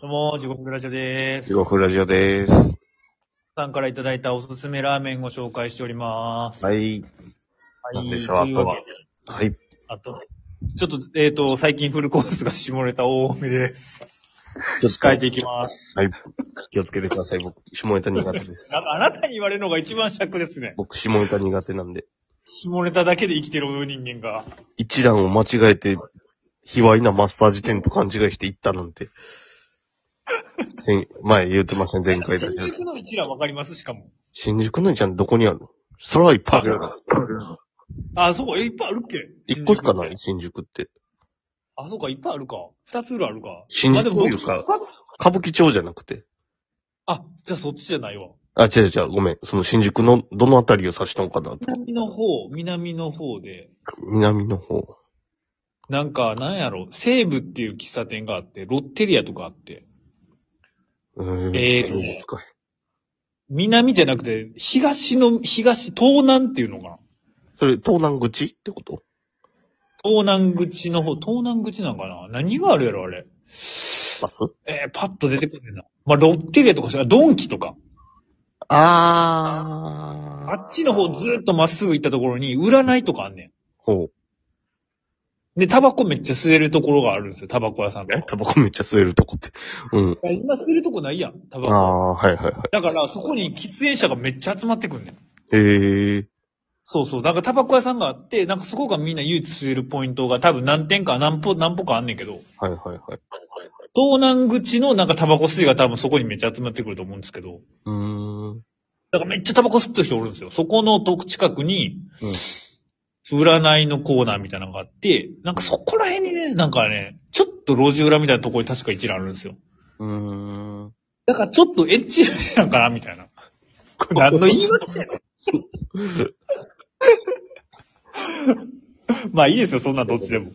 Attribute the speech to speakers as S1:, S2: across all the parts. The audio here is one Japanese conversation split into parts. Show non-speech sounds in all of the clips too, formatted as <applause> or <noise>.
S1: どうも、地獄ラジオです。
S2: 地獄ラジオです。
S1: さんからいただいたおすすめラーメンを紹介しております。
S2: は
S1: は
S2: い。
S1: い。
S2: 何でしょう
S1: いわけで
S2: はい。
S1: あと、ちょっと、えっ、と、最近フルコースが下ネタ多めです。
S2: ちょっ
S1: 控えていきます。
S2: はい。気をつけてください。僕、下ネタ苦手です
S1: な。んかあなたに言われるのが一番尺ですね。
S2: 僕、下ネタ苦手なんで。
S1: 下ネタだけで生きてる人間が。
S2: 一覧を間違えて、卑猥なマスター辞典と勘違いして行ったなんて。先前言うてましたね、前回だ
S1: 新
S2: けど。
S1: 宿の一覧わかりますしかも。
S2: 新宿のちゃんどこにあるのそれはいっぱいあるやろ。
S1: あ、そう、え、いっぱいあるっけ
S2: 一個しかな
S1: 新
S2: い
S1: 宿
S2: 新宿って。
S1: あ、そうか、いっぱいあるか。二つぐらいあるか。
S2: 新宿と
S1: まあ
S2: い
S1: でも
S2: うか、歌舞伎町じゃなくて。
S1: あ、じゃあそっちじゃないわ。
S2: あ、違う違う、ごめん。その新宿のどのあたりを指したのかなと。
S1: 南の方、南の方で。
S2: 南の方。
S1: なんか、なんやろ、西武っていう喫茶店があって、ロッテリアとかあって、
S2: うーん
S1: えー
S2: いいですか
S1: 南じゃなくて、東の、東、東南っていうのかな
S2: それ、東南口ってこと
S1: 東南口の方、東南口なんかな何があるやろ、あれ。
S2: バス
S1: えー、パッと出てこねえな。まあ、ロッテリアとかしら、ドンキとか。
S2: あ
S1: あっちの方ずーっとまっすぐ行ったところに、占いとかあんね
S2: ほ
S1: ん。で、タバコめっちゃ吸えるところがあるんですよ、タバコ屋さん
S2: う。
S1: と
S2: え
S1: か。
S2: タバコめっちゃ吸えるとこって。うん。
S1: いや今吸えるとこないやん、タ
S2: あ
S1: バコ。
S2: あ、はいはいはい。
S1: だから、そこに喫煙者がめっちゃ集まってくんねん。
S2: へえ。
S1: そうそう。なんかタバコ屋さんがあって、なんかそこがみんな唯一吸えるポイントが多分何点か何歩、何歩かあんねんけど、
S2: はいはいはい。
S1: 東南口のなんかタバコ吸いが多分そこにめっちゃ集まってくると思うんですけど、
S2: うーん。
S1: だからめっちゃタバコ吸ってる人おるんですよ。そこのと近くに、占いのコーナーみたいなのがあって、なんかそこら辺にね、なんかね、ちょっと路地裏みたいなところに確か一覧あるんですよ。
S2: うん。うーん。
S1: だからちょっとエッチなんかなみたいな。これ何の言 <laughs> い訳やねんまあいいですよ、そんなんどっちでも。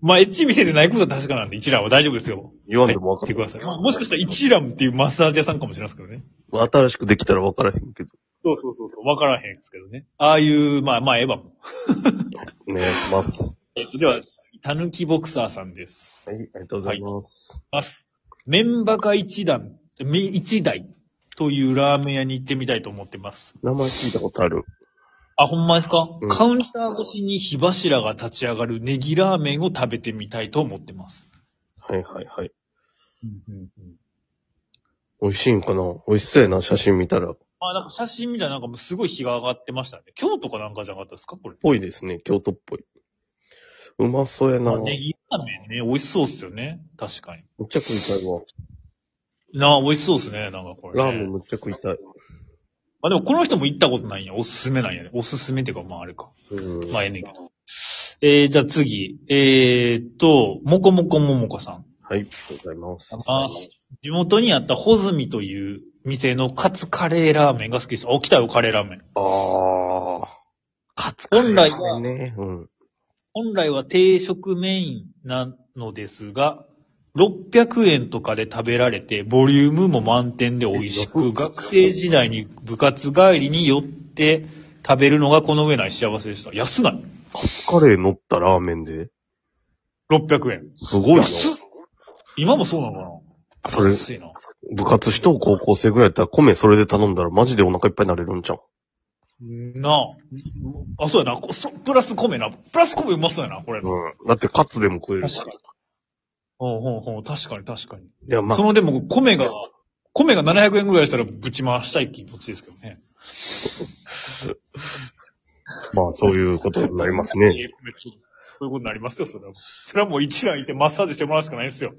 S1: まあエッチ見せてないことは確かなんで、一覧は大丈夫ですよ。
S2: 言わんでもわ
S1: 来
S2: か
S1: て
S2: る。
S1: ください。まあ、もしかしたら一覧っていうマッサージ屋さんかもしれないですけどね。
S2: 新しくできたらわからへんけど。
S1: そうそうそうそう。わからへんですけどね。ああいう、まあまあエヴァも。
S2: お願いします。
S1: えっと、では、たぬきボクサーさんです。
S2: はい、ありがとうございます。
S1: メンバカ一団、み一台というラーメン屋に行ってみたいと思ってます。
S2: 名前聞いたことある。
S1: あ、ほんまですか、
S2: うん
S1: カウンター越しに火柱が立ち上がるネギラーメンを食べてみたいと思ってます。
S2: はいはいはい。
S1: うんうんうん。
S2: 美味しいんかな美味しそうやな、写真見たら。
S1: あ、なんか写真みたいななんかもうすごい火が上がってましたね。京都かなんかじゃなかったですかこれ。
S2: ぽいですね、京都っぽい。うまそうやな。
S1: あ
S2: め
S1: ネ
S2: っ
S1: ギラーメンね、美味しそうっすよね。確かに。
S2: ちゃ食いたいわ。
S1: なあ、美味しそうっすね。なんかこれ、ね。
S2: ラーメンめっちゃ食いたい。
S1: まあでもこの人も行ったことないんや。おすすめなんやね。おすすめっていうか、まああれか。
S2: うん。
S1: まあええねんけど。えー、じゃあ次。えーっと、もこもこももこさん。
S2: はい、ありがとうございます。
S1: あ地元にあったホズミという店のカツカレーラーメンが好きです。起きたよ、カレーラーメン。
S2: ああ。
S1: カツ本来は、
S2: ね、うん。
S1: 本来は定食メインなのですが、600円とかで食べられて、ボリュームも満点で美味しく、学生時代に部活帰りに寄って食べるのがこの上ない幸せでした。安ない
S2: カレー乗ったラーメンで、
S1: !600 円。
S2: すごいよ。
S1: 安っ今もそうなのかな
S2: それ
S1: 安いな。
S2: 部活しと高校生ぐらいやったら米それで頼んだらマジでお腹いっぱいになれるんじゃん。
S1: なあ。あ、そうやな。こそプラス米な。プラス米うまそうやな、これ。うん、
S2: うん。だってカツでも食えるし
S1: 確。かに。うんうんうん、確かに確かに。
S2: いや、まあ
S1: そ、のでも米が、米が700円ぐらいしたらぶち回したい気持ちですけどね。
S2: まあそういうことになりますね。
S1: いや米そうそういうことになりますよ、それは。それはもう一覧いてマッサージしてもらうしかない
S2: <laughs>
S1: ですよ。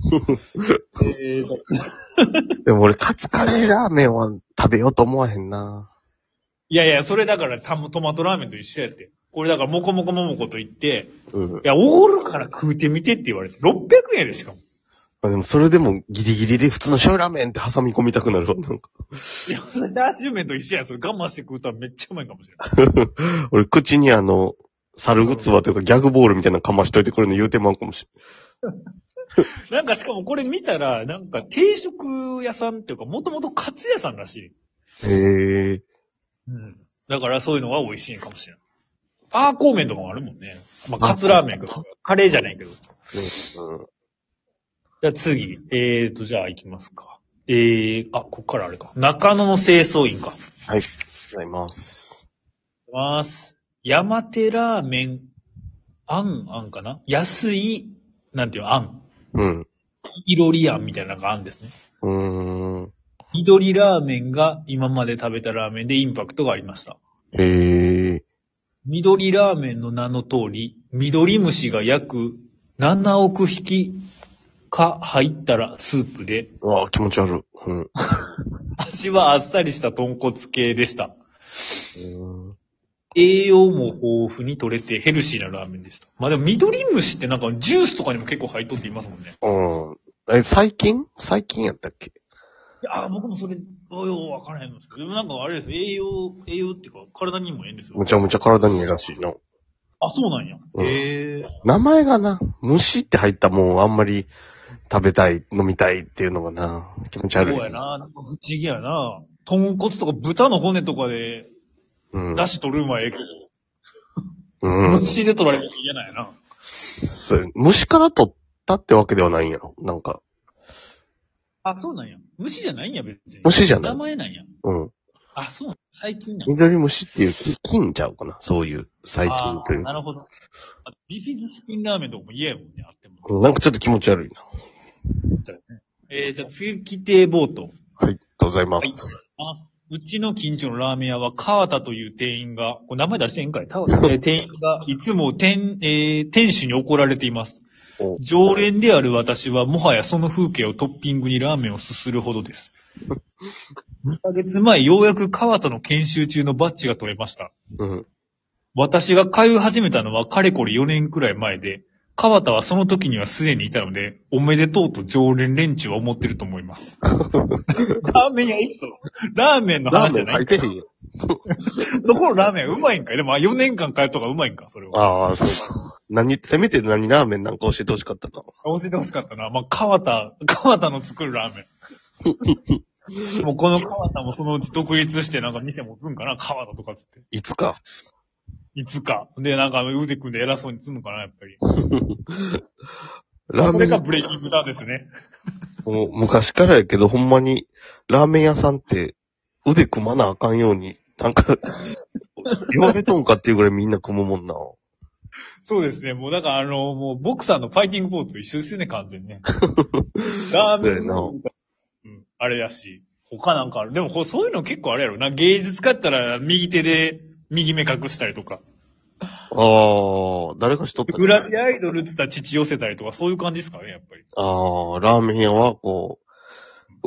S1: えー、
S2: でも俺カツカレーラーメンは食べようと思わへんな。
S1: いやいや、それだからタトマトラーメンと一緒やって。これだから、もこもこももこと言って、
S2: う
S1: い
S2: ん。
S1: や、オールから食うてみてって言われて、600円でしかも。
S2: まあでもそれでもギリギリで普通の醤油ラーメンって挟み込みたくなるわ。なんか
S1: いや、それダーシューメンと一緒や。それ我慢して食うとはめっちゃうまいかもしれない。
S2: 俺口にあの、猿ぐつばというかギャグボールみたいなのかましといてくれるの言うてまうかもしれん。
S1: なんかしかもこれ見たら、なんか定食屋さんっていうか、もともとカツ屋さんらしい。
S2: へえ。
S1: うん。だからそういうのが美味しいんかもしれない。パーコーメンとかもあるもんね。まあ、カツラーメンやけど、カレーじゃないけど。
S2: うん。
S1: じゃあ次。えーと、じゃあ行きますか。えー、あ、こっからあれか。中野の清掃員か。
S2: はい。ありがとうございます。
S1: いきます。山手ラーメン、あん、あんかな安い、なんていうの、あん。
S2: うん。
S1: いろりあんみたいなのがあんですね。
S2: うーん。
S1: 緑ラーメンが今まで食べたラーメンでインパクトがありました。
S2: へえ。
S1: 緑ラーメンの名の通り、緑虫が約7億匹か入ったらスープで、
S2: うわあ、気持ち悪い。うん。う
S1: 味はあっさりした豚骨系でした。
S2: ーん
S1: 栄養も豊富に取れてヘルシーなラーメンでした。まあでも緑虫ってなんかジュースとかにも結構入っとって言いますもんね。
S2: うん。え、最近最近やったっけ
S1: いやー僕もそれ、ようわからへんのですけど、でもなんかあれです、栄養、栄養っていうか体にもええんですよ
S2: む。ちゃむちゃ体にいいらしいな。
S1: あ、そうなんや。
S2: うん
S1: へえ。
S2: 名前がな、虫って入ったもうあんまり食べたい、飲みたいっていうのがな、気持ち悪い。
S1: そうやな。なんか不思議やな。豚骨とか豚の骨とかで、
S2: うん。
S1: 出汁取るんはええけど、
S2: うん。
S1: 虫で取られるの嫌なんやな。
S2: そう虫から取ったってわけではないんやろ。なんか、
S1: あ、そうなんや。虫じゃないんや、別に。
S2: 虫じゃない
S1: 名前なんや。
S2: うん。
S1: あ、そうなん最近なんや。
S2: 緑虫っていう菌ちゃうかな。そういう、最近とい
S1: あー
S2: う
S1: な
S2: か。
S1: るほど。あビフィズスキンラーメンとかも嫌やもんね、あっても。
S2: うんなんかちょっと気持ち悪いな。
S1: えー、じゃあ次、規定ボート。
S2: はい、ありがとうございま
S1: はい
S2: す。。
S1: あ、うちの近所のラーメン屋は、川田という店員が、これ名前出してんかい
S2: <laughs>
S1: 川田。えー店員が、いつも店、えー店主に怒られています
S2: お。
S1: 常連である私は、もはやその風景をトッピングにラーメンをすするほどです。2ヶ月前、ようやく川田の研修中のバッジが取れました。
S2: うん。
S1: 私が通い始めたのは、かれこれ4年くらい前で、川田はその時にはすでにいたので、おめでとうと常連連中は思ってると思い
S2: <laughs>
S1: ます。ラーメン屋エピソード。ラーメンの
S2: ラ
S1: 話
S2: ー
S1: じ
S2: メ
S1: ゃ
S2: ン
S1: な
S2: 入
S1: い
S2: っ。てへんやん。
S1: そこのラーメンうまいんかいでも4年間通ったからうまいんか、それは。
S2: ああ、そうか。何、せめて何ラーメンなんか教えてほしかったか。
S1: 教えてほしかったな。まあ、川田、川田の作るラーメン。もうこの川田もそのうち独立してなんか店持つんかな川田とかつって。
S2: いつか。
S1: いつか。で、なんか腕組んで偉そうに積むのかな、やっぱり。
S2: ラー
S1: これ
S2: メン
S1: がブレイキングダウンですね。
S2: もう昔からやけど、ほんまに、ラーメン屋さんって、腕組まなあかんように、なんか、 <laughs> 言われとんかっていうぐらいみんな組むもんな。
S1: そうですね。もうだからあの、もうボクサーのファイティングポーズと一緒ですよね、完全に
S2: <laughs>
S1: ね。ラーメンの。うん、あれだし。他なんかある。でもほそういうの結構あれやろな。芸術家やったら右手で右目隠したりとか。
S2: ああ、誰かしとった
S1: グラビアアイドルって言ったら父寄せたりとか、そういう感じですかね、やっぱり。
S2: ああ、ラーメン屋は、こう、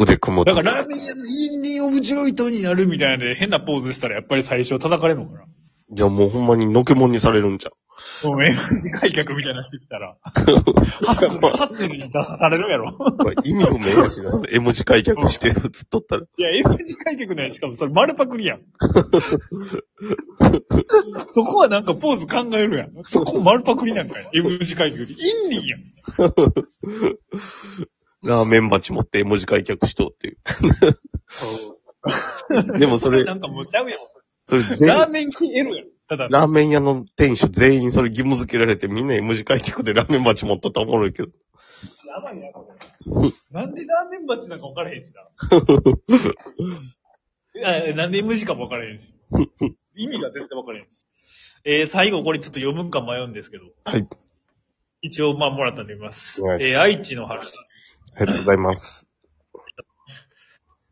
S2: 腕組む
S1: だ
S2: と。
S1: からラーメン屋のインディオブジョイトになるみたいなんで変なポーズしたらやっぱり最初叩かれるのかな。
S2: いや、もうほんまにのけもんにされるんじゃ
S1: もう M 改革みたいなのしてきたら。ハッセル、ハッセルに出されるやろ。
S2: ん。これ意味不明やしな。 <laughs> 絵文字開脚して映っとったら。
S1: いや、M 字開脚なんや。しかもそれ丸パクリやん。そこはなんかポーズ考えるやん。そこ丸パクリなんかや。M 字開脚で。インディンやん。
S2: ラーメン鉢持って絵文字開脚しとうっていう。でも
S1: <laughs>
S2: それ
S1: な、んかもうちゃうやん。
S2: それ全員
S1: ラーメン系エロやん。ただ、
S2: ラーメン屋の店主全員それ義務付けられてみんな M 字開脚でラーメン鉢持っとったらおもろいけど。 <laughs>
S1: やばいやばい。なんでラーメン鉢なんか分からへんしな。いや、なんで M 字かも分からへん
S2: <laughs>
S1: し。意味が全然分からへんし。えー、最後これちょっと読むんか迷うんですけど。
S2: はい。
S1: 一応、まあ、もらったんで読みます
S2: お願。いし
S1: えー、愛知の春さん。
S2: ありがとうございます。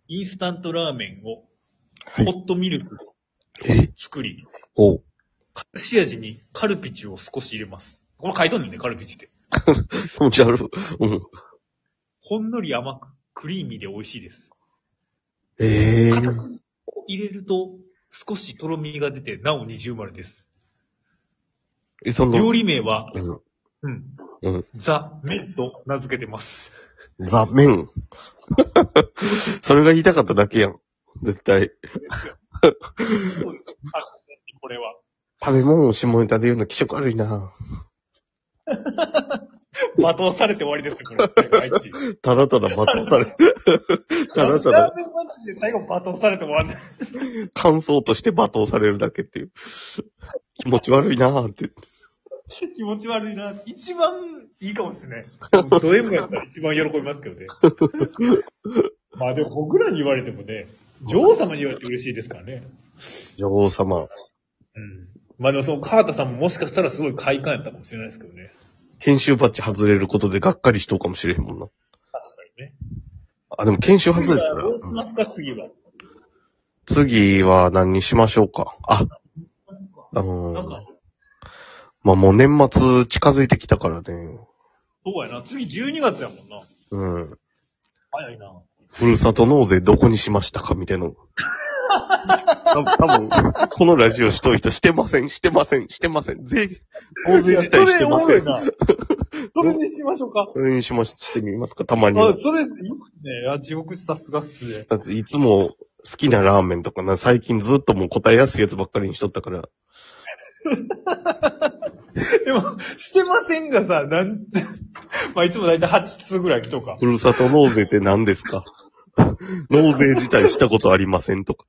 S1: インスタントラーメンを、
S2: はい
S1: ホットミルク
S2: え
S1: で作り、
S2: おう。
S1: 隠し味にカルピチを少し入れます。これ書いとんねんね、カルピチって。
S2: 気持ち悪い。うん。
S1: ほんのり甘く、クリーミーで美味しいです。
S2: ええ
S1: 片栗粉を入れると、少しとろみが出て、なお二重丸です。
S2: え、その、
S1: 料理名は、
S2: うん
S1: うん、
S2: うん
S1: ザ・メンと名付けてます。
S2: ザ・メン。 <laughs> それが言いたかっただけやん。絶対。
S1: そうです。あこれは。
S2: 食べ物を下ネタで言うの気色悪いな。
S1: 罵倒されて終わりですね、これ。愛知。
S2: ただただ罵
S1: <laughs>
S2: 倒され。ただた
S1: ラ
S2: だ
S1: ーメン話で最後罵倒されて終わる。
S2: 感想として罵倒されるだけっていう。気持ち悪いなーって。
S1: 気持ち悪いな。一番いいかもしれない。ド M やったら一番喜びます
S2: <laughs>
S1: けどね。まあでも僕らに言われてもね、女王様に言われて嬉しいですからね。
S2: 女王様。
S1: うん。まあでもその川田さんももしかしたらすごい快感やったかもしれないですけどね。
S2: 研修バッジ外れることでがっかりしとうかもしれへんもんな。
S1: 確かにね。
S2: あ、でも研修
S1: 次
S2: 外れた
S1: は
S2: ら。
S1: どうしますか、次は。
S2: 次は何にしましょうか。あ、あ
S1: なん
S2: のー
S1: か、
S2: まあ、もう年末近づいてきたからね。
S1: そうやな。次12月やもんな。
S2: うん。
S1: 早いな。
S2: ふるさと納税どこにしましたかみたいなの。た多分このラジオしとい人してません、してません、してません。税、納税自体してません。
S1: な。それにしましょうか。
S2: それにしまし、してみますかたまには
S1: あ、。それ、いいっすね。あ、地獄さすがっすね。 <laughs>
S2: だっていつも好きなラーメンとかな、最近ずっともう答えやすいやつばっかりにしとったから。
S1: でも、してませんがさ、なん、 <laughs> まあいつもだいたい8通ぐらい来とか。
S2: ふるさと納税って何ですか <laughs> 納税自体したことありませんとか。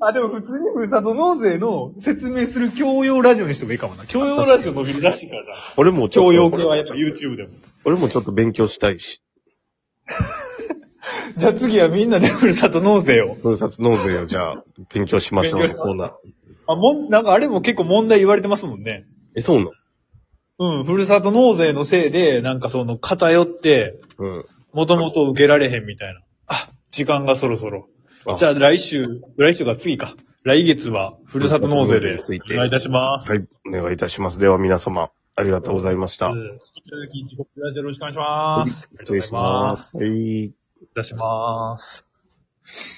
S1: あ、でも普通にふるさと納税の説明する教養ラジオにしてもいいかもな。教養ラジオ伸びるらしいからな。
S2: 俺もちょ
S1: 教
S2: っ
S1: 養
S2: と
S1: 系はやっぱ YouTube でも。
S2: 俺もちょっと勉強したいし、
S1: <laughs> じゃあ次はみんなでふるさと納税を。
S2: ふるさと納税をじゃあ、勉強しましょう
S1: 勉
S2: の
S1: 強します
S2: コーナー。
S1: あ、もん、なんかあれも結構問題言われてますもんね。
S2: <laughs> え、そうなの
S1: うん、ふるさと納税のせいで、なんかその偏って、
S2: うん。
S1: もともと受けられへんみたいな。あ、時間がそろそろ。
S2: あ
S1: じゃあ来週、来週が次か。来月は、ふるさと納税で、お願いいたします。
S2: はい、お願いいたします。では皆様、ありがとうございました
S1: う。ん引き続き、自己プラジオよろしくお願いします。
S2: 失礼します。はい。
S1: お願いします。